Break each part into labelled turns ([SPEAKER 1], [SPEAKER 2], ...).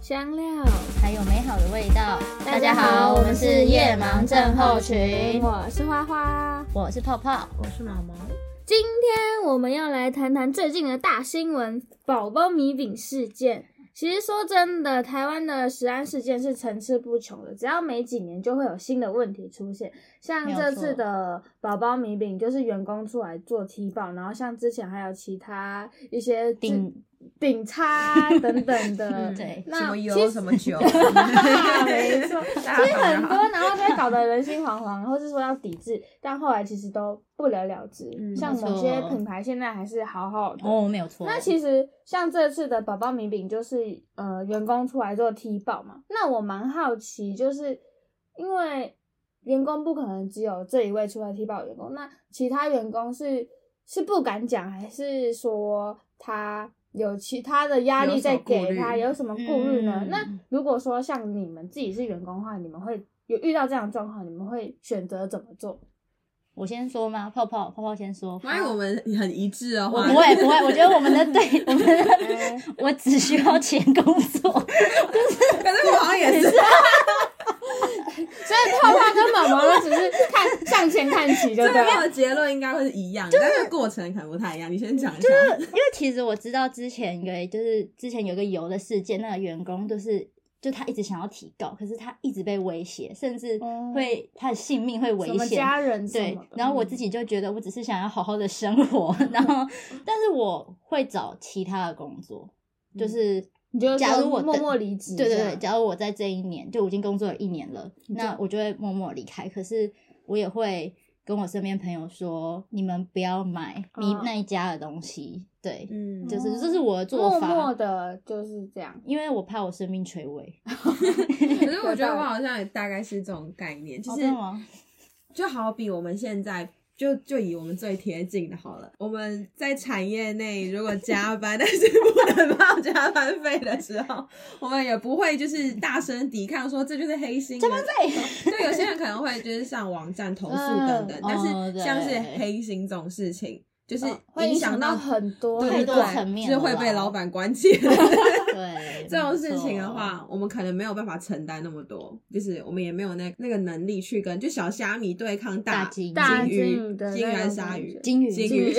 [SPEAKER 1] 香料。
[SPEAKER 2] 还有美好的味道。大家好，我们是夜盲症候群，
[SPEAKER 1] 我是花花，
[SPEAKER 2] 我是泡泡。
[SPEAKER 3] 我是毛毛。
[SPEAKER 1] 今天我们要来谈谈最近的大新闻——宝宝米饼事件。其实说真的，台湾的食安事件是层出不穷的，只要每几年就会有新的问题出现。像
[SPEAKER 2] 没有
[SPEAKER 1] 这
[SPEAKER 2] 错
[SPEAKER 1] 次的宝宝米饼，就是员工出来做踢爆，然后像之前还有其他一些 自
[SPEAKER 2] 顶
[SPEAKER 1] 顶差等等的，
[SPEAKER 3] 嗯
[SPEAKER 2] 对
[SPEAKER 1] 那
[SPEAKER 3] 什么
[SPEAKER 1] 其
[SPEAKER 3] 油
[SPEAKER 1] 实
[SPEAKER 3] 什么 酒，
[SPEAKER 1] 没错，
[SPEAKER 3] 大
[SPEAKER 1] 其实
[SPEAKER 3] 家好
[SPEAKER 1] 很多，然后被搞得人心惶惶，或是说要抵制，但后来其实都不了了之。
[SPEAKER 3] 嗯
[SPEAKER 1] 像
[SPEAKER 2] 没错
[SPEAKER 1] 某些品牌现在还是好好的。
[SPEAKER 2] 哦，没有错。
[SPEAKER 1] 那其实像这次的宝宝米饼，就是呃员工出来做踢爆嘛。那我蛮好奇，就是因为员工不可能只有这一位出来踢爆的员工，那其他员工是是不敢讲，还是说他有其他的压力
[SPEAKER 3] 有什
[SPEAKER 1] 在
[SPEAKER 3] 么顾
[SPEAKER 1] 给
[SPEAKER 3] 虑
[SPEAKER 1] 他，有什么顾虑呢？
[SPEAKER 2] 嗯
[SPEAKER 1] 那如果说像你们自己是员工的话，你们会有遇到这样的状况，你们会选择怎么做？
[SPEAKER 2] 我先说吗？泡泡，泡泡先说。
[SPEAKER 3] 万一我们很一致哦，
[SPEAKER 2] 我不会不会，我觉得我们 的对，我们
[SPEAKER 1] 哎
[SPEAKER 2] 的我只需要钱工作，
[SPEAKER 3] 可是我好像 也是，
[SPEAKER 1] 所以泡泡跟毛毛都只是看向前看齐就
[SPEAKER 3] 最
[SPEAKER 1] 对
[SPEAKER 3] 后
[SPEAKER 1] 了。
[SPEAKER 3] 的结论应该会是一样，但是过程可能不太一样。你先讲一下，
[SPEAKER 2] 因为其实我知道之前有一就是之前有个油的事件，那个员工就是就他一直想要提高，可是他一直被威胁，甚至
[SPEAKER 1] 哦
[SPEAKER 2] 会、他的性命会危
[SPEAKER 1] 什么
[SPEAKER 2] 险。
[SPEAKER 1] 家人什
[SPEAKER 2] 对
[SPEAKER 1] 么的，嗯
[SPEAKER 2] 然后我
[SPEAKER 3] 嗯
[SPEAKER 2] 自己就觉得我只是想要好好的生活， 然后
[SPEAKER 3] 嗯
[SPEAKER 2] 但是我会找其他的工作，
[SPEAKER 3] 嗯
[SPEAKER 2] 就是
[SPEAKER 1] 你就
[SPEAKER 2] 假如
[SPEAKER 1] 说
[SPEAKER 2] 我
[SPEAKER 1] 默
[SPEAKER 2] 的
[SPEAKER 1] 默离职这
[SPEAKER 2] 对
[SPEAKER 1] 样，
[SPEAKER 2] 对对，假如我在这一年就我已经工作了一年了，
[SPEAKER 3] 嗯
[SPEAKER 1] 你就
[SPEAKER 2] 那我就会默默离开。可是我也会跟我身边朋友说，你们不要买你
[SPEAKER 1] 嗯
[SPEAKER 2] 那一家的东西，对，
[SPEAKER 3] 嗯
[SPEAKER 2] 就
[SPEAKER 1] 哦
[SPEAKER 2] 是这是我的做
[SPEAKER 1] 默
[SPEAKER 2] 法，
[SPEAKER 1] 默的就是这样。
[SPEAKER 2] 因为我怕我生命垂危。
[SPEAKER 3] 哦 可是 我觉得我好像也大概是这种概念，就
[SPEAKER 2] 哦
[SPEAKER 3] 是
[SPEAKER 2] 真 的吗
[SPEAKER 3] 就好比我们现在。就就以我们最贴近的好了，我们在产业内如果加班，但是不能报加班费的时候，我们也不会就是大声抵抗说这就是黑心加班费。对，有些人可能会就是上网站投诉等等，
[SPEAKER 1] 嗯
[SPEAKER 3] 但
[SPEAKER 2] 哦
[SPEAKER 3] 是
[SPEAKER 2] 对
[SPEAKER 3] 像是黑心这种事情，就是
[SPEAKER 1] 哦会影
[SPEAKER 3] 响
[SPEAKER 1] 响到
[SPEAKER 3] 到
[SPEAKER 1] 很多
[SPEAKER 3] 对
[SPEAKER 2] 太
[SPEAKER 3] 对
[SPEAKER 2] 多
[SPEAKER 3] 对
[SPEAKER 2] 层面
[SPEAKER 3] 就是
[SPEAKER 2] 了
[SPEAKER 3] 会
[SPEAKER 2] 啦
[SPEAKER 3] 被老板关切。
[SPEAKER 2] 对，
[SPEAKER 3] 这种
[SPEAKER 2] 没
[SPEAKER 3] 事情的
[SPEAKER 2] 错
[SPEAKER 3] 话，我们可能没有办法承担那么多，就是我们也没有那那个能力去跟就小虾米对抗
[SPEAKER 2] 大
[SPEAKER 3] 大
[SPEAKER 2] 金
[SPEAKER 1] 大
[SPEAKER 3] 金鱼
[SPEAKER 1] 金的
[SPEAKER 3] 金鱼
[SPEAKER 1] 那
[SPEAKER 3] 还是
[SPEAKER 1] 种
[SPEAKER 3] 鲨
[SPEAKER 1] 感
[SPEAKER 3] 鱼
[SPEAKER 1] 觉
[SPEAKER 2] 金鱼
[SPEAKER 3] 金
[SPEAKER 2] 金
[SPEAKER 3] 鱼，
[SPEAKER 2] 鱼，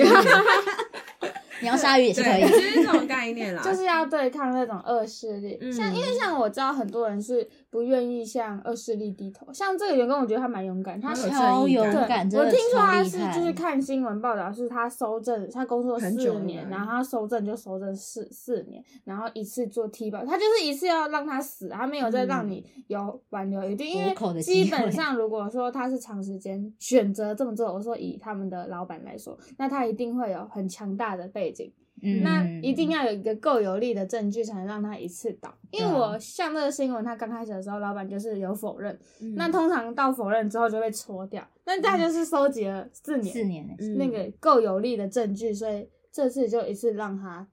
[SPEAKER 2] 你要鲨鱼也是可
[SPEAKER 3] 对，
[SPEAKER 2] 以。
[SPEAKER 3] 就是这种概念啦。
[SPEAKER 1] 就是要对抗那种恶势力，
[SPEAKER 3] 嗯
[SPEAKER 1] 像因为像我知道很多人是不愿意向恶势力低头，像这个员工，我觉得他蛮勇敢，他
[SPEAKER 3] 蛮
[SPEAKER 1] 是
[SPEAKER 3] 有
[SPEAKER 2] 超
[SPEAKER 3] 正义
[SPEAKER 2] 勇
[SPEAKER 3] 感
[SPEAKER 1] 对，
[SPEAKER 2] 敢，真
[SPEAKER 1] 我
[SPEAKER 2] 的
[SPEAKER 1] 听说
[SPEAKER 2] 超
[SPEAKER 1] 他
[SPEAKER 2] 厉
[SPEAKER 1] 是
[SPEAKER 2] 害
[SPEAKER 1] 就是看新闻报道，是他收证，他工作
[SPEAKER 3] 很
[SPEAKER 1] 四
[SPEAKER 3] 久了
[SPEAKER 1] 年，然后他收证就收证四四年，然后一次做踢爆，他就是一次要让他死，他没有再让你有挽留余地，因
[SPEAKER 2] 糊嗯口
[SPEAKER 1] 为
[SPEAKER 2] 的
[SPEAKER 1] 基
[SPEAKER 2] 机会
[SPEAKER 1] 本上如果说他是长时间选择这么做，我说以他们的老板来说，那他一定会有很强大的背景，
[SPEAKER 2] 嗯
[SPEAKER 1] 那一定要有一个够有力的证据才能让他一次倒。因为
[SPEAKER 2] 对啊
[SPEAKER 1] 我像这个新闻，他刚开始的时候，老板就是有否认，
[SPEAKER 3] 嗯
[SPEAKER 1] 那通常到否认之后就被戳掉。那他就是收集了四年
[SPEAKER 2] 四年欸
[SPEAKER 3] 嗯
[SPEAKER 1] 那个够有力的证据，所以这次就一次让他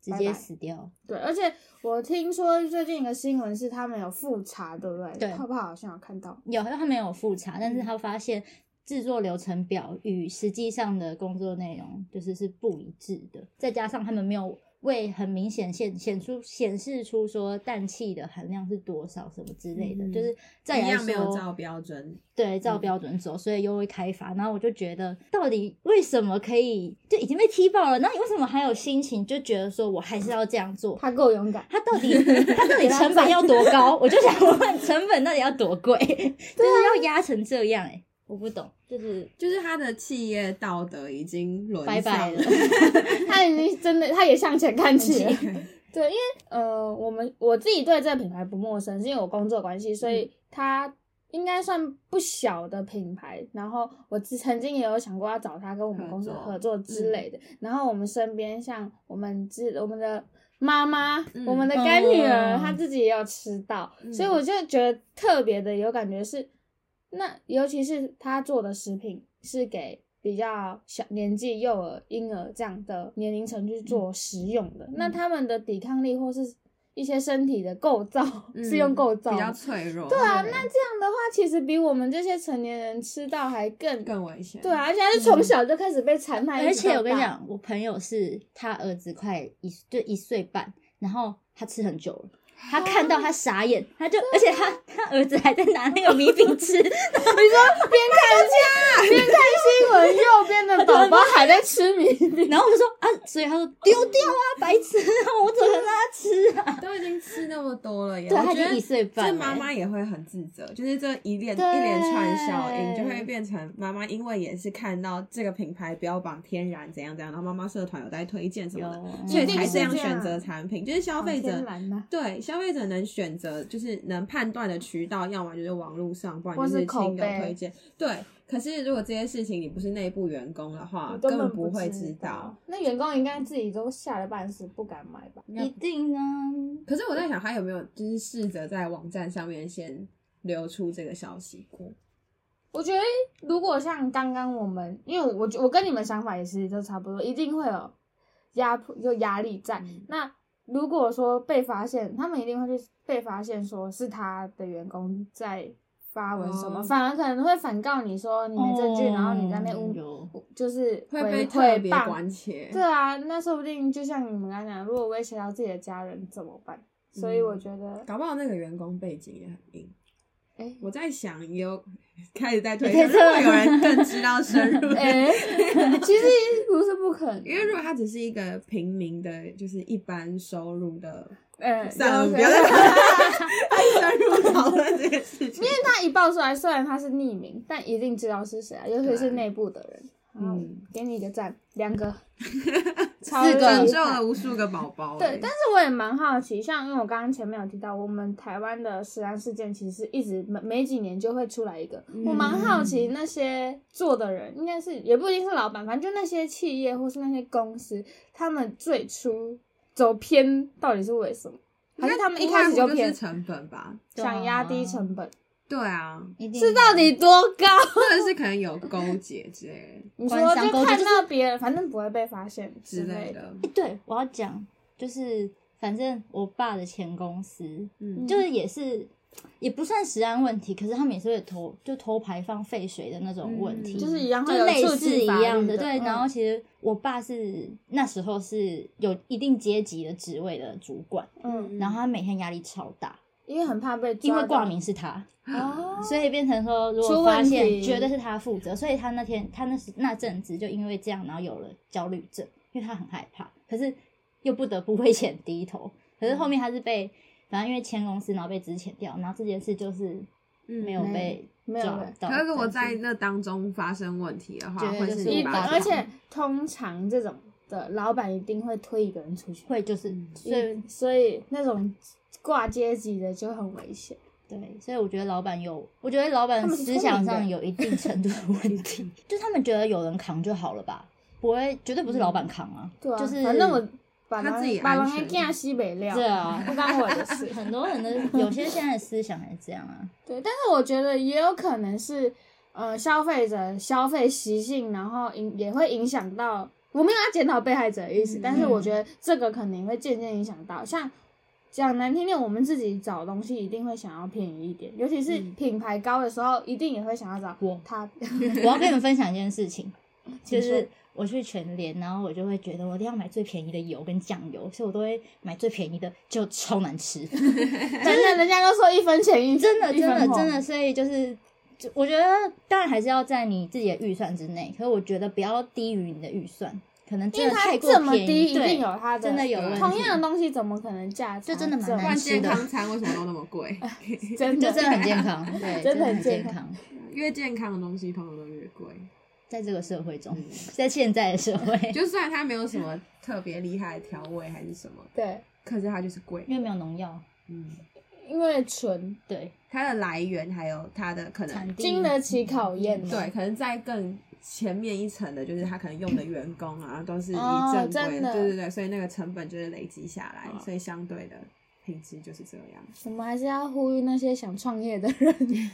[SPEAKER 2] 直
[SPEAKER 1] 拜
[SPEAKER 2] 接
[SPEAKER 1] 拜
[SPEAKER 2] 死掉，
[SPEAKER 1] 对。而且我听说最近一个新闻是他们有复查，对不对？
[SPEAKER 2] 对
[SPEAKER 1] 泡泡好像有看到。
[SPEAKER 2] 有，他没有复查，
[SPEAKER 3] 嗯
[SPEAKER 2] 但是他发现制作流程表与实际上的工作内容就是是不一致的，再加上他们没有为很明显显显出显示出说氮气的含量是多少什么之类的，
[SPEAKER 3] 嗯
[SPEAKER 2] 就是再
[SPEAKER 3] 一
[SPEAKER 2] 来
[SPEAKER 3] 样没有
[SPEAKER 2] 说
[SPEAKER 3] 照标准。嗯
[SPEAKER 2] 对照标准走，所以又会开发。然后我就觉得，到底为什么可以就已经被踢爆了，那你为什么还有心情就觉得说我还是要这样做？
[SPEAKER 1] 他够勇敢，
[SPEAKER 2] 它到底它到底成本要多 高？我就想问，成本到底要多贵？
[SPEAKER 1] 啊
[SPEAKER 2] 就是要压成这样哎、我不懂，就是
[SPEAKER 3] 就是他的企业道德已经沦
[SPEAKER 2] 拜拜
[SPEAKER 3] 丧
[SPEAKER 2] 了。
[SPEAKER 1] 他已经真的，他也向前看齐了。对，因为呃，我们我自己对这个品牌不陌生，是因为我工作关系，所
[SPEAKER 3] 嗯
[SPEAKER 1] 以它应该算不小的品牌。然后我之曾经也有想过要找他跟我们公司
[SPEAKER 3] 合作嗯
[SPEAKER 1] 合作之类的。然后我们身边像我们自我们的妈妈、
[SPEAKER 3] 嗯
[SPEAKER 1] 我们的干女儿，
[SPEAKER 2] 哦
[SPEAKER 1] 她自己也有吃到，
[SPEAKER 3] 嗯
[SPEAKER 1] 所以我就觉得特别的有感觉是，那尤其是他做的食品是给比较小年纪幼儿、婴儿这样的年龄层去做食用的，那他们的抵抗力或是一些身体的构造、
[SPEAKER 3] 嗯
[SPEAKER 1] 是用构造
[SPEAKER 3] 比较
[SPEAKER 1] 吗。
[SPEAKER 3] 脆弱。
[SPEAKER 1] 对啊，那这样的话，其实比我们这些成年人吃到还更
[SPEAKER 3] 更危险。
[SPEAKER 1] 对啊，而且他是从小就开始被残害，
[SPEAKER 2] 而且我跟你
[SPEAKER 1] 一直到大，
[SPEAKER 2] 讲，我朋友是他儿子快一就一岁半，然后他吃很久了，
[SPEAKER 1] 啊
[SPEAKER 2] 他看到他傻眼，他就而且他他儿子还在拿那个米饼 吃，
[SPEAKER 1] 你说边看边看新闻，右边 的宝宝还在吃米饼，
[SPEAKER 2] 然后我就说啊，所以他说丢掉啊，白痴啊，我怎么让他吃啊？
[SPEAKER 3] 都已经吃那么多了耶，
[SPEAKER 2] 对，
[SPEAKER 3] 我
[SPEAKER 2] 他
[SPEAKER 3] 觉
[SPEAKER 2] 已经一
[SPEAKER 3] 得。
[SPEAKER 2] 岁半
[SPEAKER 3] 这
[SPEAKER 2] 了，
[SPEAKER 3] 妈妈也会很自责，就是这一连一
[SPEAKER 2] 对
[SPEAKER 3] 连串效应，就会变成妈妈因为也是看到这个品牌标榜天然怎样怎样，然后妈妈社团有在推荐什么的，
[SPEAKER 2] 有
[SPEAKER 3] 所以
[SPEAKER 1] 一定
[SPEAKER 3] 才
[SPEAKER 1] 是
[SPEAKER 3] 样
[SPEAKER 1] 这样哦
[SPEAKER 3] 选择产品，就是消费者
[SPEAKER 1] 天然呐
[SPEAKER 3] 对，消费者能选择就是能判断的渠道，要么就是网络上，不然就
[SPEAKER 1] 或是口
[SPEAKER 3] 亲友
[SPEAKER 1] 碑
[SPEAKER 3] 推荐。对，可是如果这些事情你不是内部员工的话
[SPEAKER 1] 我，
[SPEAKER 3] 啊根
[SPEAKER 1] 根本
[SPEAKER 3] 不会
[SPEAKER 1] 知
[SPEAKER 3] 道。。
[SPEAKER 1] 那员工应该自己都吓得半死，不敢买吧？
[SPEAKER 2] 一定啊，
[SPEAKER 3] 可是我在想，他有没有就是试着在网站上面先流出这个消息过？
[SPEAKER 1] 我觉得如果像刚刚我们，因为我我跟你们想法也是都差不多，一定会有压迫有压力在。
[SPEAKER 3] 嗯
[SPEAKER 1] 那如果说被发现，他们一定会去被发现，说是他的员工在发文什么，
[SPEAKER 3] 哦
[SPEAKER 1] 反而可能会反告你说你没证据，
[SPEAKER 2] 哦
[SPEAKER 1] 然后你在那边污，
[SPEAKER 2] 有
[SPEAKER 1] 就是
[SPEAKER 3] 哦会
[SPEAKER 1] 诽
[SPEAKER 3] 被特
[SPEAKER 1] 诽
[SPEAKER 3] 别
[SPEAKER 1] 谤
[SPEAKER 3] 关切。
[SPEAKER 1] 对啊，那说不定就像你们刚刚讲，如果威胁到自己的家人怎么办？所以
[SPEAKER 3] 嗯
[SPEAKER 1] 我觉得，
[SPEAKER 3] 搞不好那个员工背景也很硬。
[SPEAKER 1] 哎，
[SPEAKER 3] 我在想，也有 开始在推
[SPEAKER 2] 推
[SPEAKER 3] 测，如
[SPEAKER 2] 测
[SPEAKER 3] 果有人更知道深 入
[SPEAKER 1] 哎、 其实不是不可能，
[SPEAKER 3] 因为如果他只是一个平民的，就是一般收入 的
[SPEAKER 1] 嗯，
[SPEAKER 3] 算了，我
[SPEAKER 1] 有
[SPEAKER 3] 们不
[SPEAKER 1] 可
[SPEAKER 3] 要
[SPEAKER 1] 能
[SPEAKER 3] 再 深入讨论这个事情。
[SPEAKER 1] 他一爆出来，虽然他是匿名，但一定知道是谁啊，尤其是内部的人。嗯
[SPEAKER 3] 嗯，
[SPEAKER 1] 给你一个赞，两 个，超
[SPEAKER 3] 是拯
[SPEAKER 1] 厉
[SPEAKER 3] 救
[SPEAKER 1] 害
[SPEAKER 3] 了无数个宝宝。
[SPEAKER 1] 对，但是我也蛮好奇，像因为我刚刚前面有提到，我们台湾的食安事件其实一直每每几年就会出来一个，我蛮好奇那些做的人，应该是也不一定是老板，反正就那些企业或是那些公司，他们最初走偏到底是为什么？还是他们一开始
[SPEAKER 3] 就
[SPEAKER 1] 偏
[SPEAKER 3] 是成本吧？
[SPEAKER 2] 对啊
[SPEAKER 1] 想压低成本？
[SPEAKER 3] 对啊，
[SPEAKER 2] 一定
[SPEAKER 1] 这到底多高？
[SPEAKER 3] 或者是可能有勾结之类的
[SPEAKER 1] 你说
[SPEAKER 2] 官商
[SPEAKER 1] 就
[SPEAKER 2] 勾结
[SPEAKER 1] 看
[SPEAKER 2] 就是
[SPEAKER 1] 到别人，反正不会被发现
[SPEAKER 3] 之类
[SPEAKER 1] 类。
[SPEAKER 3] 的。
[SPEAKER 2] 对，我要讲就是，反正我爸的前公司
[SPEAKER 3] 嗯，
[SPEAKER 2] 就是也是。也不算食安问题，可是他们也是会偷，就偷排放废水的那种问题，
[SPEAKER 3] 嗯
[SPEAKER 1] 就是一样
[SPEAKER 2] 就
[SPEAKER 1] 会有
[SPEAKER 2] 类
[SPEAKER 1] 触
[SPEAKER 2] 似
[SPEAKER 1] 及
[SPEAKER 2] 一
[SPEAKER 1] 法律
[SPEAKER 2] 样的，
[SPEAKER 1] 的
[SPEAKER 2] 对。
[SPEAKER 1] 嗯
[SPEAKER 2] 然后其实我爸是那时候是有一定阶级的职位的主管，
[SPEAKER 1] 嗯，
[SPEAKER 2] 然后他每天压力超大，
[SPEAKER 1] 因为很怕被抓
[SPEAKER 2] 因为挂
[SPEAKER 1] 到
[SPEAKER 2] 名是他，
[SPEAKER 1] 哦，
[SPEAKER 2] 所以变成说如
[SPEAKER 1] 出
[SPEAKER 2] 果发
[SPEAKER 1] 问题
[SPEAKER 2] 现绝对是他负责，所以他那天他那时那阵子就因为这样，然后有了焦虑症，因为他很害怕，可是又不得不为钱低头。可是后面他是被，反正因为签公司，然后被资遣掉，然后这件事就是没有
[SPEAKER 1] 嗯
[SPEAKER 2] 被
[SPEAKER 1] 没有
[SPEAKER 2] 抓
[SPEAKER 1] 被
[SPEAKER 2] 到。
[SPEAKER 3] 可是如果
[SPEAKER 2] 但
[SPEAKER 3] 在
[SPEAKER 2] 是
[SPEAKER 3] 那当中发生问题的话，
[SPEAKER 2] 绝对
[SPEAKER 3] 会
[SPEAKER 2] 就是
[SPEAKER 3] 你
[SPEAKER 1] 一
[SPEAKER 2] 一
[SPEAKER 1] 定，
[SPEAKER 3] 把
[SPEAKER 2] 巴
[SPEAKER 3] 他
[SPEAKER 1] 而
[SPEAKER 2] 掌
[SPEAKER 1] 且通常这种的老板一定会推一个人出去，
[SPEAKER 2] 会就是，
[SPEAKER 1] 嗯
[SPEAKER 2] 所以
[SPEAKER 1] 所以那种挂阶级的就很危险。
[SPEAKER 2] 对，所以我觉得老板有，我觉得老板
[SPEAKER 1] 他们是
[SPEAKER 2] 思
[SPEAKER 1] 聪
[SPEAKER 2] 想
[SPEAKER 1] 明的
[SPEAKER 2] 上有一定程度的问 题，就他们觉得有人扛就好了吧，不会绝对不是老板扛啊，
[SPEAKER 1] 对啊，
[SPEAKER 2] 就是
[SPEAKER 1] 反正我把
[SPEAKER 3] 他
[SPEAKER 1] 人
[SPEAKER 3] 自己
[SPEAKER 1] 把人
[SPEAKER 3] 安
[SPEAKER 1] 给
[SPEAKER 3] 全
[SPEAKER 1] 干西北料，
[SPEAKER 2] 对啊
[SPEAKER 1] 不干我的事。
[SPEAKER 2] 很多人的有些现在的思想还是这样啊，
[SPEAKER 1] 对，但是我觉得也有可能是，呃，消费者消费习性，然后影也会影响到。我没有要检讨被害者的意思，但是我觉
[SPEAKER 2] 嗯
[SPEAKER 1] 得这个可能会渐渐影响到，像讲难听点，我们自己找东西一定会想要便宜一点，尤其是
[SPEAKER 2] 嗯
[SPEAKER 1] 品牌高的时候，一定也会想要 找
[SPEAKER 2] 我
[SPEAKER 1] 它。
[SPEAKER 2] 我要跟你们分享一件事 情，就
[SPEAKER 1] 请说
[SPEAKER 2] 是我去全联，然后我就会觉得我一定要买最便宜的油跟酱油，所以我都会买最便宜的，就超难吃，
[SPEAKER 1] 真的，人家都说一分钱一
[SPEAKER 2] 真的
[SPEAKER 1] 一
[SPEAKER 2] 真
[SPEAKER 1] 分
[SPEAKER 2] 的
[SPEAKER 1] 货
[SPEAKER 2] 真的，所以就是。就我觉得，当然还是要在你自己的预算之内，可是我觉得不要低于你的预算，可能
[SPEAKER 1] 因
[SPEAKER 2] 真
[SPEAKER 1] 为
[SPEAKER 2] 的
[SPEAKER 1] 它
[SPEAKER 2] 太过
[SPEAKER 1] 这么
[SPEAKER 2] 便
[SPEAKER 1] 低，
[SPEAKER 2] 宜，
[SPEAKER 1] 一定
[SPEAKER 2] 对，
[SPEAKER 1] 有它的
[SPEAKER 2] 真的有问题。
[SPEAKER 1] 同样的东西，怎么可能价差
[SPEAKER 2] 就真的蛮
[SPEAKER 1] 这么
[SPEAKER 2] 难
[SPEAKER 3] 不然
[SPEAKER 2] 吃
[SPEAKER 3] 健
[SPEAKER 2] 的
[SPEAKER 3] 康餐为什么都那么贵？
[SPEAKER 1] 真
[SPEAKER 2] 就
[SPEAKER 1] 的
[SPEAKER 2] 真 的很健康，
[SPEAKER 1] 真
[SPEAKER 2] 对，真
[SPEAKER 1] 的
[SPEAKER 2] 的
[SPEAKER 1] 很
[SPEAKER 2] 很健
[SPEAKER 1] 健
[SPEAKER 2] 康。
[SPEAKER 3] 越健康的东西通常都越贵。
[SPEAKER 2] 在这个社会中，在现在的社会，
[SPEAKER 3] 就算它没有什么特别厉害的调味还是什么，
[SPEAKER 1] 对，
[SPEAKER 3] 可是它就是贵。
[SPEAKER 2] 因为没有农药，
[SPEAKER 3] 嗯，
[SPEAKER 1] 因为纯
[SPEAKER 2] 对，
[SPEAKER 3] 它的来源还有它的可能
[SPEAKER 2] 产地
[SPEAKER 1] 经得起考验的。
[SPEAKER 3] 对，可能在更前面一层的，就是他可能用的员工啊，都是以
[SPEAKER 1] 哦
[SPEAKER 3] 正规
[SPEAKER 1] 真的
[SPEAKER 3] 对对对，所以那个成本就是累积下来，
[SPEAKER 1] 哦
[SPEAKER 3] 所以相对的品质就是这样。
[SPEAKER 1] 我们还是要呼吁那些想创业的人，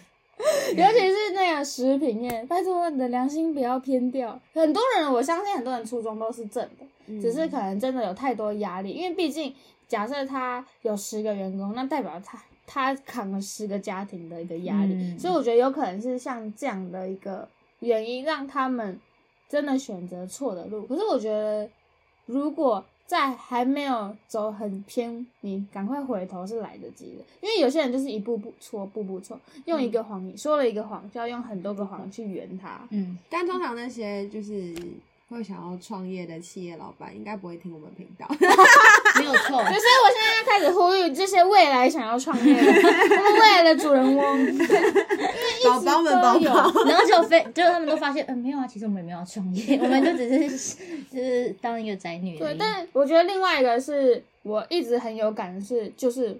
[SPEAKER 1] 尤其是那个食品业，拜托你的良心不要偏掉。很多人，我相信很多人初衷都是正的，只是可能真的有太多压力，因为毕竟假设他有十个员工，那代表他他扛了十个家庭的一个压力，
[SPEAKER 2] 嗯
[SPEAKER 1] 所以我觉得有可能是像这样的一个原因，让他们真的选择错的路。可是我觉得，如果在还没有走很偏，你赶快回头是来得及的。因为有些人就是一步步错，步步错，用一个谎你说了一个谎，就要用很多个谎去圆它。
[SPEAKER 2] 嗯，
[SPEAKER 3] 但通常那些就是会想要创业的企业老板，应该不会听我们频 道。
[SPEAKER 2] 没有错，
[SPEAKER 1] 所以 我现在要开始呼吁这些未来想要创业的、他们未来的主人翁，因为
[SPEAKER 3] 宝
[SPEAKER 1] 一直
[SPEAKER 3] 宝们，宝
[SPEAKER 1] 都有。
[SPEAKER 3] 宝，
[SPEAKER 2] 然后就非就是他们都发现，嗯、没有啊，其实我们也没有要创业，我们就只是 就是当一个宅女而
[SPEAKER 1] 对
[SPEAKER 2] 已。，
[SPEAKER 1] 但我觉得另外一个是我一直很有感的是，就是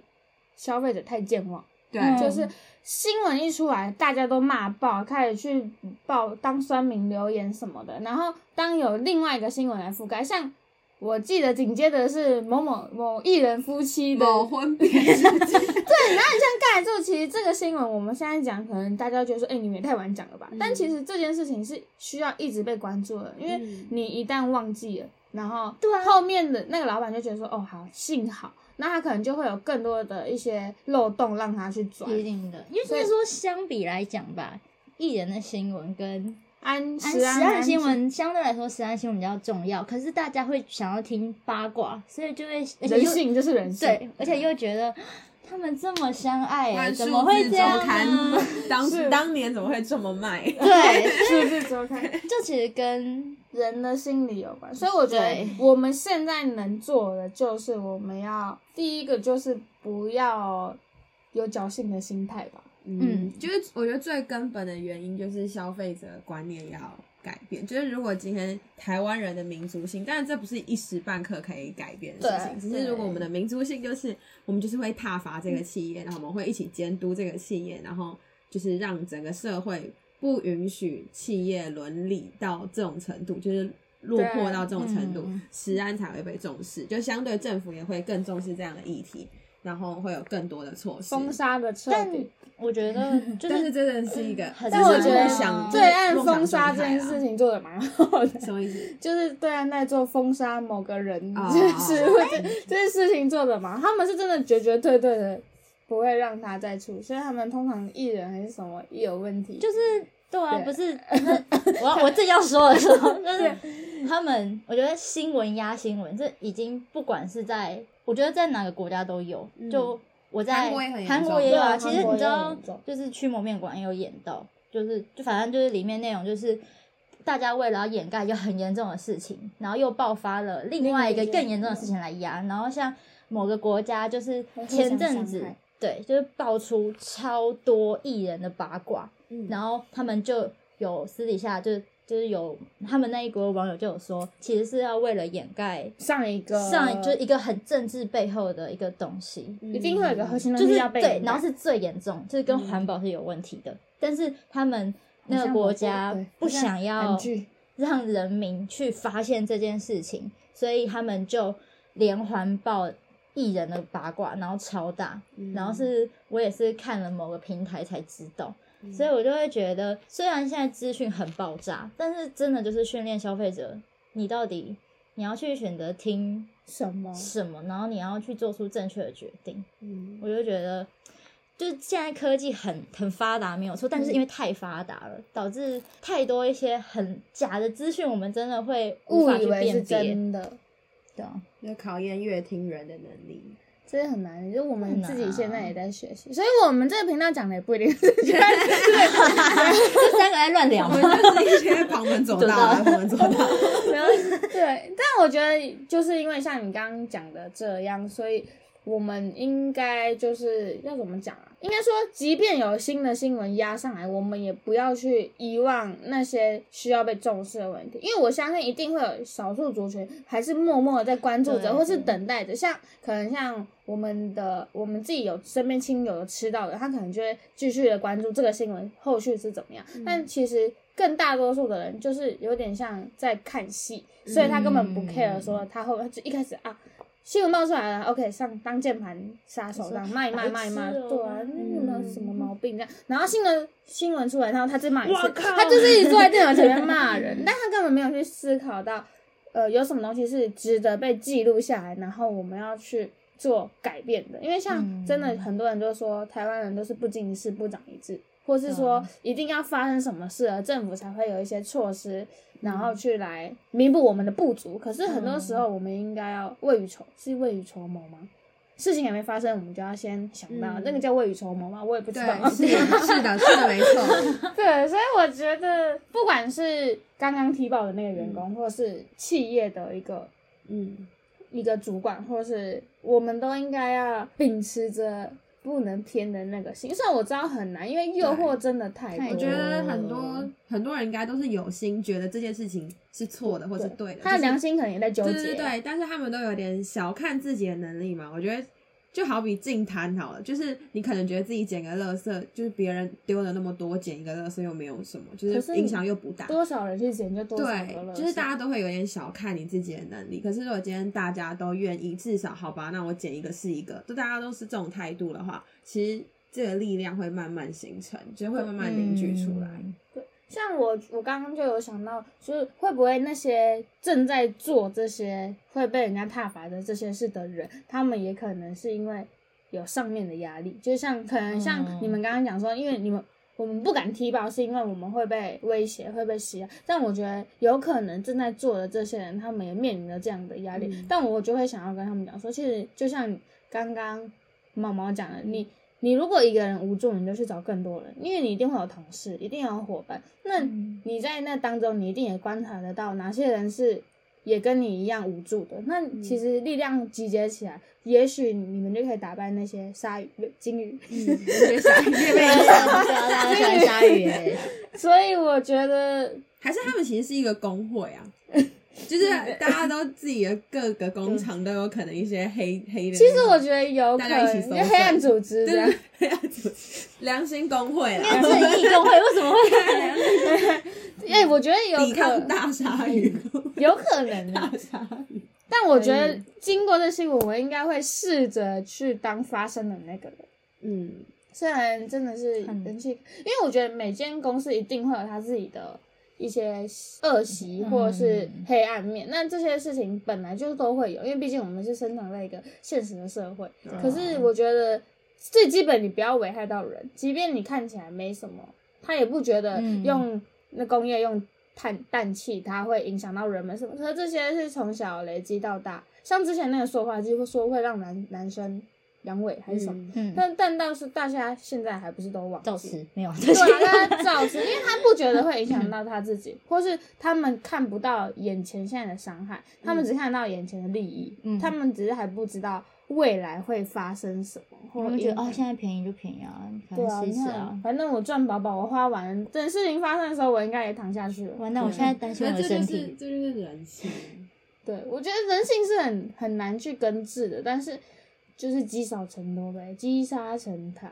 [SPEAKER 1] 消费者太健忘，
[SPEAKER 3] 对，
[SPEAKER 2] 嗯
[SPEAKER 1] 就是新闻一出来，大家都骂爆，开始去爆当酸民留言什么的。然后当有另外一个新闻来覆盖，像我记得紧接着是某某某艺人夫妻的
[SPEAKER 3] 某 婚变世界，
[SPEAKER 1] 对，然后你像盖住，其实这个新闻我们现在讲，可能大家觉得说，哎、你们也太晚讲了吧？但其实这件事情是需要一直被关注的，因为
[SPEAKER 3] 嗯
[SPEAKER 1] 你一旦忘记了，然后后面的那个老板就觉得说，哦，好，幸好，那他可能就会有更多的一些漏洞让他去转。
[SPEAKER 2] 一定的，因为就是说相比来讲吧，艺人的新闻跟
[SPEAKER 1] 安
[SPEAKER 2] 安
[SPEAKER 1] 时
[SPEAKER 2] 时
[SPEAKER 1] 安
[SPEAKER 2] 安的新
[SPEAKER 1] 安
[SPEAKER 2] 闻相对来说，时安新闻比较重要，可是大家会想要听八卦，所以就会而且
[SPEAKER 1] 人
[SPEAKER 2] 又
[SPEAKER 1] 性就是人性，
[SPEAKER 2] 对，而且又觉得他们这么相爱、
[SPEAKER 3] 看
[SPEAKER 2] 怎
[SPEAKER 3] 数
[SPEAKER 2] 么会
[SPEAKER 3] 字周
[SPEAKER 2] 这样
[SPEAKER 3] 刊
[SPEAKER 2] 呢？，
[SPEAKER 3] 当
[SPEAKER 1] 是
[SPEAKER 3] 当年怎么会这么卖？
[SPEAKER 2] 对，
[SPEAKER 1] 数字周刊。
[SPEAKER 2] 这其实跟
[SPEAKER 1] 人的心理有关，所以我觉得
[SPEAKER 2] 对
[SPEAKER 1] 我们现在能做的就是，我们要第一个就是不要有侥幸的心态吧。
[SPEAKER 3] 嗯，就是我觉得最根本的原因就是消费者观念要改变。就是如果今天台湾人的民族性，当然这不是一时半刻可以改变的事情，只
[SPEAKER 2] 对
[SPEAKER 3] 是如果我们的民族性就是我们就是会挞伐这个企业，然后我们会一起监督这个企业，然后就是让整个社会不允许企业伦理到这种程度，就是。落魄到这种程度
[SPEAKER 2] 对嗯，
[SPEAKER 3] 食安才会被重视，就相对政府也会更重视这样的议题，然后会有更多的措施。
[SPEAKER 1] 封杀的彻
[SPEAKER 2] 但
[SPEAKER 1] 底，
[SPEAKER 2] 我 觉得就
[SPEAKER 3] 但
[SPEAKER 2] 是
[SPEAKER 3] 是真的是一个，
[SPEAKER 2] 很
[SPEAKER 1] 但我觉得
[SPEAKER 2] 想
[SPEAKER 1] 对岸封杀这
[SPEAKER 2] 啊
[SPEAKER 1] 件事情做的蛮好的，
[SPEAKER 3] 什么意思？
[SPEAKER 1] 就是对岸在做封杀某个人
[SPEAKER 2] 啊
[SPEAKER 3] 哦
[SPEAKER 1] 这事或者这件事情做的蛮好，他们是真的绝绝对对的不会让他再出，所以他们通常艺人还是什么一有问题
[SPEAKER 2] 就是对啊，
[SPEAKER 1] 对
[SPEAKER 2] 不是我要我自己要说的时 候，就是他们，我觉得新闻压新闻，这已经不管是在，我觉得在哪个国家都有。就我在
[SPEAKER 3] 嗯韩国也很严重
[SPEAKER 2] 韩国也有啊，
[SPEAKER 1] 对
[SPEAKER 2] 其
[SPEAKER 1] 啊
[SPEAKER 2] 实你
[SPEAKER 1] 韩国也
[SPEAKER 2] 知道
[SPEAKER 1] 很严重，
[SPEAKER 2] 就是驱魔面馆也有演到，就是就反正就是里面内容就是。大家为了要掩盖一个很严重的事情，然后又爆发了另外一个
[SPEAKER 1] 另一个嗯
[SPEAKER 2] 更严重的事情来压，然后像某个国家就是
[SPEAKER 1] 会互相
[SPEAKER 2] 前阵子
[SPEAKER 1] 伤害，
[SPEAKER 2] 对，就是爆出超多艺人的八卦，
[SPEAKER 3] 嗯
[SPEAKER 2] 然后他们就有私底下就就是有他们那一国的网友就有说，其实是要为了掩盖
[SPEAKER 1] 上一个嗯
[SPEAKER 2] 上一就是一个很政治背后的一个东西，
[SPEAKER 1] 一定会有一个核心
[SPEAKER 2] 就
[SPEAKER 1] 东
[SPEAKER 2] 是
[SPEAKER 1] 西要被
[SPEAKER 2] 对，
[SPEAKER 1] 掩盖
[SPEAKER 2] 然后是最严重，就是跟环保是有问题的，但是他们那
[SPEAKER 1] 好
[SPEAKER 2] 个
[SPEAKER 1] 像
[SPEAKER 2] 国
[SPEAKER 1] 我
[SPEAKER 2] 家
[SPEAKER 1] 对
[SPEAKER 2] 不
[SPEAKER 1] 好像
[SPEAKER 2] 想要
[SPEAKER 1] 韩剧
[SPEAKER 2] 让人民去发现这件事情，所以他们就连环爆艺人的八卦，然后超大，
[SPEAKER 1] 嗯
[SPEAKER 2] 然后是我也是看了某个平台才知道，
[SPEAKER 1] 嗯
[SPEAKER 2] 所以我就会觉得，虽然现在资讯很爆炸，但是真的就是训练消费者，你到底你要去选择听
[SPEAKER 1] 什么？
[SPEAKER 2] 什么，然后你要去做出正确的决定。
[SPEAKER 3] 嗯
[SPEAKER 2] 我就觉得，就是现在科技很很发达没有错，但是
[SPEAKER 1] 嗯
[SPEAKER 2] 因为太发达了，导致太多一些很假的资讯，我们真的会无
[SPEAKER 1] 误
[SPEAKER 2] 法
[SPEAKER 1] 以
[SPEAKER 2] 去
[SPEAKER 1] 为是
[SPEAKER 2] 辨别。
[SPEAKER 1] 真的，
[SPEAKER 2] 对啊，
[SPEAKER 3] 要考验乐听人的能力。
[SPEAKER 1] 这是很难的。就我们
[SPEAKER 2] 很难
[SPEAKER 1] 自
[SPEAKER 2] 啊
[SPEAKER 1] 己现在也在学习，所以我们这个频道讲的也不一定是
[SPEAKER 2] 这三个在乱聊
[SPEAKER 3] 我。们就是一些旁门左道啊，旁门左道。
[SPEAKER 1] 对。但我觉得就是因为像你刚刚讲的这样，所以我们应该就是要怎么讲啊？应该说，即便有新的新闻压上来，我们也不要去遗忘那些需要被重视的问题，因为我相信一定会有少数族群还是默默的在关注
[SPEAKER 2] 对
[SPEAKER 1] 着，或是
[SPEAKER 2] 对
[SPEAKER 1] 等待着，像可能像我们的我们自己有身边亲友有吃到的，他可能就会继续的关注这个新闻后续是怎么样。
[SPEAKER 2] 嗯
[SPEAKER 1] 但其实更大多数的人就是有点像在看戏，所以他根本不
[SPEAKER 2] 嗯
[SPEAKER 1] care 说他后面就一开始啊。新闻冒出来了，OK，上当键盘杀手这样卖卖卖卖，
[SPEAKER 2] 白痴哦
[SPEAKER 1] 对啊，那个
[SPEAKER 3] 嗯
[SPEAKER 1] 什么毛病这样。然后新闻新闻出来，然后他再骂一
[SPEAKER 2] 哇
[SPEAKER 1] 次，
[SPEAKER 2] 靠
[SPEAKER 1] 他就是一直坐在电脑前面骂人，但他根本没有去思考到呃，有什么东西是值得被记录下来，然后我们要去做改变的。因为像
[SPEAKER 2] 嗯
[SPEAKER 1] 真的很多人就说，台湾人都是不经一事不长一智，或是说
[SPEAKER 2] 懂
[SPEAKER 1] 一定要发生什么事了，政府才会有一些措施，然
[SPEAKER 3] 嗯
[SPEAKER 1] 后去来弥补我们的不足。可是很多时候，我们应该要未雨绸是未雨绸缪吗？事情还没发生，我们就要先想到，
[SPEAKER 3] 嗯
[SPEAKER 1] 那个叫未雨绸缪吗？我也不知道。
[SPEAKER 3] 对，是的，是的，是的，没错。
[SPEAKER 1] 对，所以我觉得，不管是刚刚提报的那个员工，或是企业的一个
[SPEAKER 3] 嗯，
[SPEAKER 1] 一个主管，或是我们都应该要秉持着不能偏的那个心。虽然我知道很难，因为诱惑真的太多。
[SPEAKER 2] 太
[SPEAKER 3] 我觉得很多
[SPEAKER 2] 嗯
[SPEAKER 3] 很多人应该都是有心觉得这件事情是错的或是对的，
[SPEAKER 1] 他的
[SPEAKER 3] 就是
[SPEAKER 1] 良心可能也在纠结。
[SPEAKER 3] 对对对，但是他们都有点小看自己的能力嘛。我觉得就好比净摊好了，就是你可能觉得自己捡个垃圾，就是别人丢了那么多，捡一个垃圾又没有什么，就
[SPEAKER 1] 可
[SPEAKER 3] 是
[SPEAKER 1] 是
[SPEAKER 3] 影响又不大。
[SPEAKER 1] 多少人去捡就多少个
[SPEAKER 3] 对，
[SPEAKER 1] 垃圾
[SPEAKER 3] 就是大家都会有点小看你自己的能力。可是如果今天大家都愿意，至少好吧，那我捡一个是一个，就大家都是这种态度的话，其实这个力量会慢慢形成，就会慢慢凝聚出来。
[SPEAKER 2] 嗯
[SPEAKER 1] 像我，我刚刚就有想到，就是会不会那些正在做这些会被人家挞伐的这些事的人，他们也可能是因为有上面的压力，就像可能像
[SPEAKER 2] 嗯
[SPEAKER 1] 你们刚刚讲说，因为你们我们不敢踢爆，是因为我们会被威胁，会被袭压。但我觉得有可能正在做的这些人，他们也面临着这样的压力。
[SPEAKER 3] 嗯
[SPEAKER 1] 但我就会想要跟他们讲说，其实就像刚刚毛毛讲的，你你如果一个人无助，你就去找更多人，因为你一定会有同事，一定有伙伴。那
[SPEAKER 2] 嗯
[SPEAKER 1] 你在那当中，你一定也观察得到哪些人是也跟你一样无助的。那其实力量集结起来，也许你们就可以打败那些鲨鱼、不金鱼。
[SPEAKER 3] 越想越被
[SPEAKER 2] 对 啊，对啊大家喜欢鲨鱼耶，
[SPEAKER 1] 所以我觉得
[SPEAKER 3] 还是他们其实是一个工会啊，就是大家都自己的各个工厂都有可能一些黑黑的那种。
[SPEAKER 1] 其实我觉得有可
[SPEAKER 3] 大家一起
[SPEAKER 1] 能，
[SPEAKER 3] 搜
[SPEAKER 1] 就
[SPEAKER 3] 索
[SPEAKER 1] 黑暗组织这样
[SPEAKER 3] 对。对对，良心工会
[SPEAKER 2] 变
[SPEAKER 3] 啦，
[SPEAKER 2] 成义工会为什么会？
[SPEAKER 1] 哎、我觉得有
[SPEAKER 3] 抵
[SPEAKER 1] 可
[SPEAKER 3] 抗大鲨鱼工会，
[SPEAKER 1] 有可能、啊
[SPEAKER 3] 大，鲨鱼。
[SPEAKER 1] 但我觉得
[SPEAKER 2] 可
[SPEAKER 3] 嗯
[SPEAKER 1] 经过这新闻，我应该会试着去当发声的那个人。
[SPEAKER 3] 嗯，
[SPEAKER 1] 虽然真的是
[SPEAKER 2] 很
[SPEAKER 1] 人气，因为我觉得每间公司一定会有他自己的一些恶
[SPEAKER 2] 嗯
[SPEAKER 1] 习或者是黑暗面，那这些事情本来就都会有，因为毕竟我们是生长在一个现实的社会。
[SPEAKER 3] 对啊
[SPEAKER 1] 可是我觉得最基本，你不要危害到人，即便你看起来没什么，他也不觉得
[SPEAKER 2] 嗯
[SPEAKER 1] 用那工业用碳氮气，它会影响到人们什么。可是这些是从小累积到大，像之前那个塑化剂会说会让男男生阳痿还是什么。
[SPEAKER 3] 嗯
[SPEAKER 2] 嗯，
[SPEAKER 1] 但但倒是大家现在还不是都忘记
[SPEAKER 2] 照吃没有？
[SPEAKER 1] 对 啊，大家照吃，因为他不觉得会影
[SPEAKER 2] 嗯
[SPEAKER 1] 响到他自己，或是他们看不到眼前现在的伤害，他们只看到眼前的利益，
[SPEAKER 2] 嗯
[SPEAKER 1] 他们只是还不知道未来会发生什么，
[SPEAKER 2] 我
[SPEAKER 1] 或
[SPEAKER 2] 们觉得
[SPEAKER 1] 影
[SPEAKER 2] 哦，现在便宜就便宜啊，反
[SPEAKER 1] 对
[SPEAKER 2] 正
[SPEAKER 1] 啊，
[SPEAKER 2] 试一
[SPEAKER 1] 你
[SPEAKER 2] 试
[SPEAKER 1] 看
[SPEAKER 2] 啊，。
[SPEAKER 1] 反正我赚饱饱，我花完，等事情发生的时候，我应该也躺下去了。
[SPEAKER 2] 完蛋，我现在担心我
[SPEAKER 3] 那
[SPEAKER 2] 的
[SPEAKER 1] 啊
[SPEAKER 3] 这就
[SPEAKER 2] 身
[SPEAKER 3] 是
[SPEAKER 2] 体。
[SPEAKER 3] 这就是人性。
[SPEAKER 1] 对，我觉得人性是很很难去根治的，但是就是积少成多呗，积沙成塔，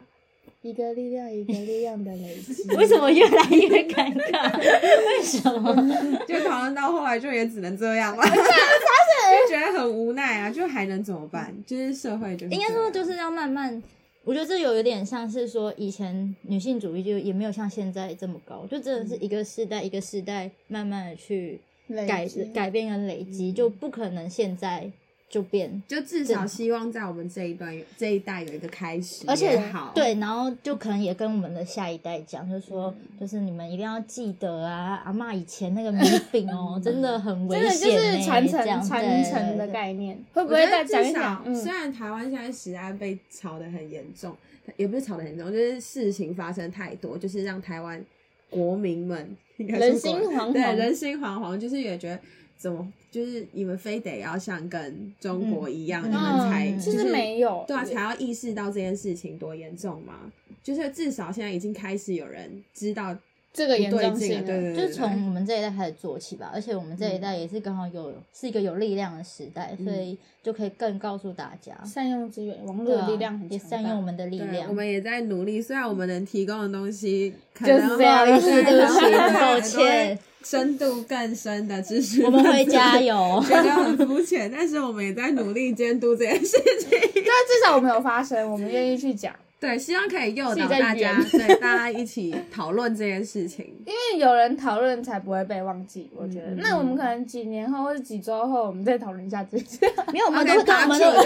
[SPEAKER 1] 一个力量一个力量的累积。
[SPEAKER 2] 为什么越来越尴尬？为什么？
[SPEAKER 3] 就讨论到后来，就也只能这样了，就觉得很无奈啊，就还能怎么办？就是社会就是这
[SPEAKER 2] 应
[SPEAKER 3] 样
[SPEAKER 2] 该说就是要慢慢，我觉得这有一点像是说以前女性主义就也没有像现在这么高，就真的是一个世代一个世代慢慢的去
[SPEAKER 1] 累
[SPEAKER 2] 改
[SPEAKER 1] 积
[SPEAKER 2] 改变跟累积，就不可能现在就变。
[SPEAKER 3] 就至少希望在我们这一段这一代有一个开始也好，
[SPEAKER 2] 而且对，然后就可能也跟我们的下一代讲，就说就是你们一定要记得啊，阿嬷以前那个米饼 哦，真的很危
[SPEAKER 1] 真的
[SPEAKER 2] 险、
[SPEAKER 1] 就
[SPEAKER 2] 欸，
[SPEAKER 1] 是传
[SPEAKER 2] 这样
[SPEAKER 1] 承传承的。概念，会
[SPEAKER 3] 我
[SPEAKER 1] 不
[SPEAKER 3] 觉
[SPEAKER 1] 会
[SPEAKER 3] 得
[SPEAKER 1] 再讲一
[SPEAKER 3] 至
[SPEAKER 1] 讲
[SPEAKER 3] 少？，
[SPEAKER 1] 嗯
[SPEAKER 3] 虽，然台湾现在食安被炒得很严重，也不是炒得很严重，就是事情发生太多，就是让台湾国民们应该说
[SPEAKER 1] 人心
[SPEAKER 3] 国民
[SPEAKER 1] 惶惶嗯
[SPEAKER 3] 对人心惶惶，就是也觉得怎么就是你们非得要像跟中国一样，
[SPEAKER 2] 嗯
[SPEAKER 3] 你们才、
[SPEAKER 2] 嗯
[SPEAKER 3] 就
[SPEAKER 1] 其
[SPEAKER 3] 是
[SPEAKER 1] 实没有，
[SPEAKER 3] 对啊，才要意识到这件事情多严重嘛。就是至少现在已经开始有人知道
[SPEAKER 1] 这
[SPEAKER 3] 不
[SPEAKER 1] 个
[SPEAKER 3] 对
[SPEAKER 1] 严
[SPEAKER 3] 劲了，
[SPEAKER 1] 重
[SPEAKER 3] 对
[SPEAKER 1] 性
[SPEAKER 3] 对
[SPEAKER 1] 啊
[SPEAKER 3] 对，
[SPEAKER 2] 就
[SPEAKER 3] 对
[SPEAKER 2] 是从我们这一代开始做起吧，而且我们这一
[SPEAKER 1] 嗯
[SPEAKER 2] 代也是刚好有、是一个有力量的时代，所以就可以更告诉大家，
[SPEAKER 1] 善用资源，网络
[SPEAKER 2] 对
[SPEAKER 1] 的
[SPEAKER 2] 啊
[SPEAKER 1] 力量很
[SPEAKER 2] 也
[SPEAKER 1] 强
[SPEAKER 2] 善
[SPEAKER 1] 大
[SPEAKER 2] 用我们的力
[SPEAKER 3] 对，
[SPEAKER 2] 量。
[SPEAKER 3] 我们也在努力。虽然我们能提供的东西可
[SPEAKER 1] 就是
[SPEAKER 3] 能
[SPEAKER 1] 这样
[SPEAKER 3] 会
[SPEAKER 1] 是
[SPEAKER 2] 对不起
[SPEAKER 3] 对
[SPEAKER 2] 很抱
[SPEAKER 3] 很多
[SPEAKER 2] 歉
[SPEAKER 3] 深度更深的知识，。
[SPEAKER 2] 我们会加。油
[SPEAKER 3] 觉得很肤浅，但是我们也在努力监督这件事情。
[SPEAKER 1] 对，至少我们有发声，我们愿意去讲。
[SPEAKER 3] 对，希望可以诱导
[SPEAKER 2] 戏在
[SPEAKER 3] 大家，
[SPEAKER 2] 演
[SPEAKER 3] 对大家一起讨论这件事情。
[SPEAKER 1] 因为有人讨论才不会被忘记，我觉得。
[SPEAKER 3] 嗯
[SPEAKER 1] 那我们可能几年后或者几周后，我们再讨论一下这些。
[SPEAKER 2] 没有，我们
[SPEAKER 3] OK，
[SPEAKER 2] 都会跟我们的
[SPEAKER 3] 拔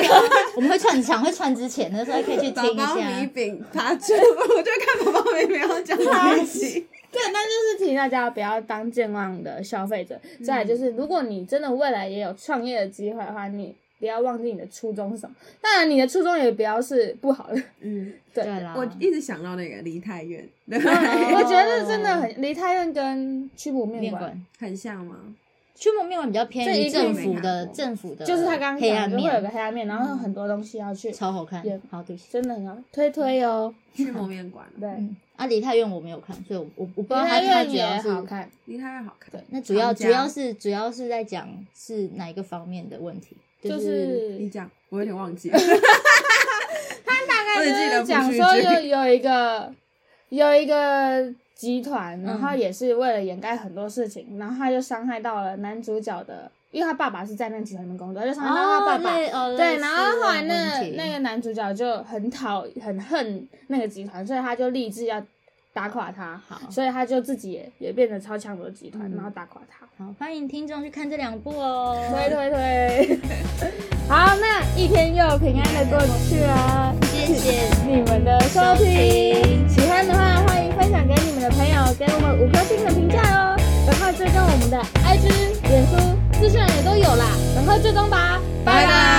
[SPEAKER 2] 我们会串场，会串之前的时候可以去
[SPEAKER 3] 宝
[SPEAKER 2] 听一
[SPEAKER 3] 宝米
[SPEAKER 2] 下。
[SPEAKER 3] 饼爬住，我就看宝宝米饼要讲哪一集。
[SPEAKER 1] 对，那就是提醒大家不要当健忘的消费者。再来
[SPEAKER 2] 嗯
[SPEAKER 1] 就是，如果你真的未来也有创业的机会的话，你不要忘记你的初衷是什么。当然，你的初衷也不要是不好的。
[SPEAKER 3] 嗯，
[SPEAKER 1] 对，
[SPEAKER 2] 对啦，
[SPEAKER 3] 我一直想到那个梨泰院，对，
[SPEAKER 1] 嗯 我觉得真的很梨泰院跟曲骨面
[SPEAKER 2] 哦面
[SPEAKER 1] 馆，
[SPEAKER 2] 馆，
[SPEAKER 3] 很像吗？
[SPEAKER 2] 驱魔面馆比较偏
[SPEAKER 1] 这
[SPEAKER 2] 于
[SPEAKER 1] 一个
[SPEAKER 2] 政
[SPEAKER 3] 没
[SPEAKER 2] 府
[SPEAKER 3] 看
[SPEAKER 2] 的
[SPEAKER 3] 过
[SPEAKER 2] 政府的，
[SPEAKER 1] 就是他刚刚
[SPEAKER 2] 黑
[SPEAKER 1] 讲
[SPEAKER 2] 暗
[SPEAKER 1] 的会有个
[SPEAKER 2] 面，嗯
[SPEAKER 1] 黑暗面，然后有很多东西要去，
[SPEAKER 2] 超好看
[SPEAKER 1] 也。
[SPEAKER 2] 好，对不起。
[SPEAKER 1] 真的很好，推推哦。
[SPEAKER 3] 去蒙面馆，
[SPEAKER 1] 对，梨
[SPEAKER 2] 嗯，啊，梨泰院我没有看，所以我我我不知道它
[SPEAKER 1] 泰
[SPEAKER 2] 它
[SPEAKER 1] 院
[SPEAKER 2] 主
[SPEAKER 1] 也
[SPEAKER 2] 要是
[SPEAKER 1] 好看。
[SPEAKER 3] 梨泰院好看。
[SPEAKER 2] 那主要
[SPEAKER 3] 长
[SPEAKER 2] 主
[SPEAKER 3] 江
[SPEAKER 2] 要是主要是在讲是哪一个方面的问题，
[SPEAKER 1] 就是是
[SPEAKER 3] 你讲，我有点忘 记了。他大
[SPEAKER 1] 就
[SPEAKER 3] 记得
[SPEAKER 1] 是
[SPEAKER 3] 不
[SPEAKER 1] 讲
[SPEAKER 3] 虚
[SPEAKER 1] 说
[SPEAKER 3] 句
[SPEAKER 1] 有有一个有一个集团，然后
[SPEAKER 2] 嗯
[SPEAKER 1] 也是为了掩盖很多事情，然后他就伤害到了男主角的，因为他爸爸是在那集团里面工作，他就伤害到他爸爸。
[SPEAKER 2] 类哦
[SPEAKER 1] 对，
[SPEAKER 2] 类
[SPEAKER 1] 然
[SPEAKER 2] 似
[SPEAKER 1] 后后来
[SPEAKER 2] 的
[SPEAKER 1] 那
[SPEAKER 2] 问题
[SPEAKER 1] 那个男主角就很讨很恨那个集团，所以他就立志要打垮他，
[SPEAKER 2] 好
[SPEAKER 1] 所以他就自己也也变成超强的集团，
[SPEAKER 3] 嗯
[SPEAKER 1] 然后打垮他。
[SPEAKER 2] 好，欢迎听众去看这两部 哦。
[SPEAKER 1] 推推推！ 好，那一天又平安的过去了。
[SPEAKER 2] 谢谢。
[SPEAKER 1] 你们的收听。喜欢的话，欢迎分享给你们的朋友，给我们五颗星的评价哦。然后追踪我们的 IG、脸书、资讯栏也都有啦。然后追踪吧，拜拜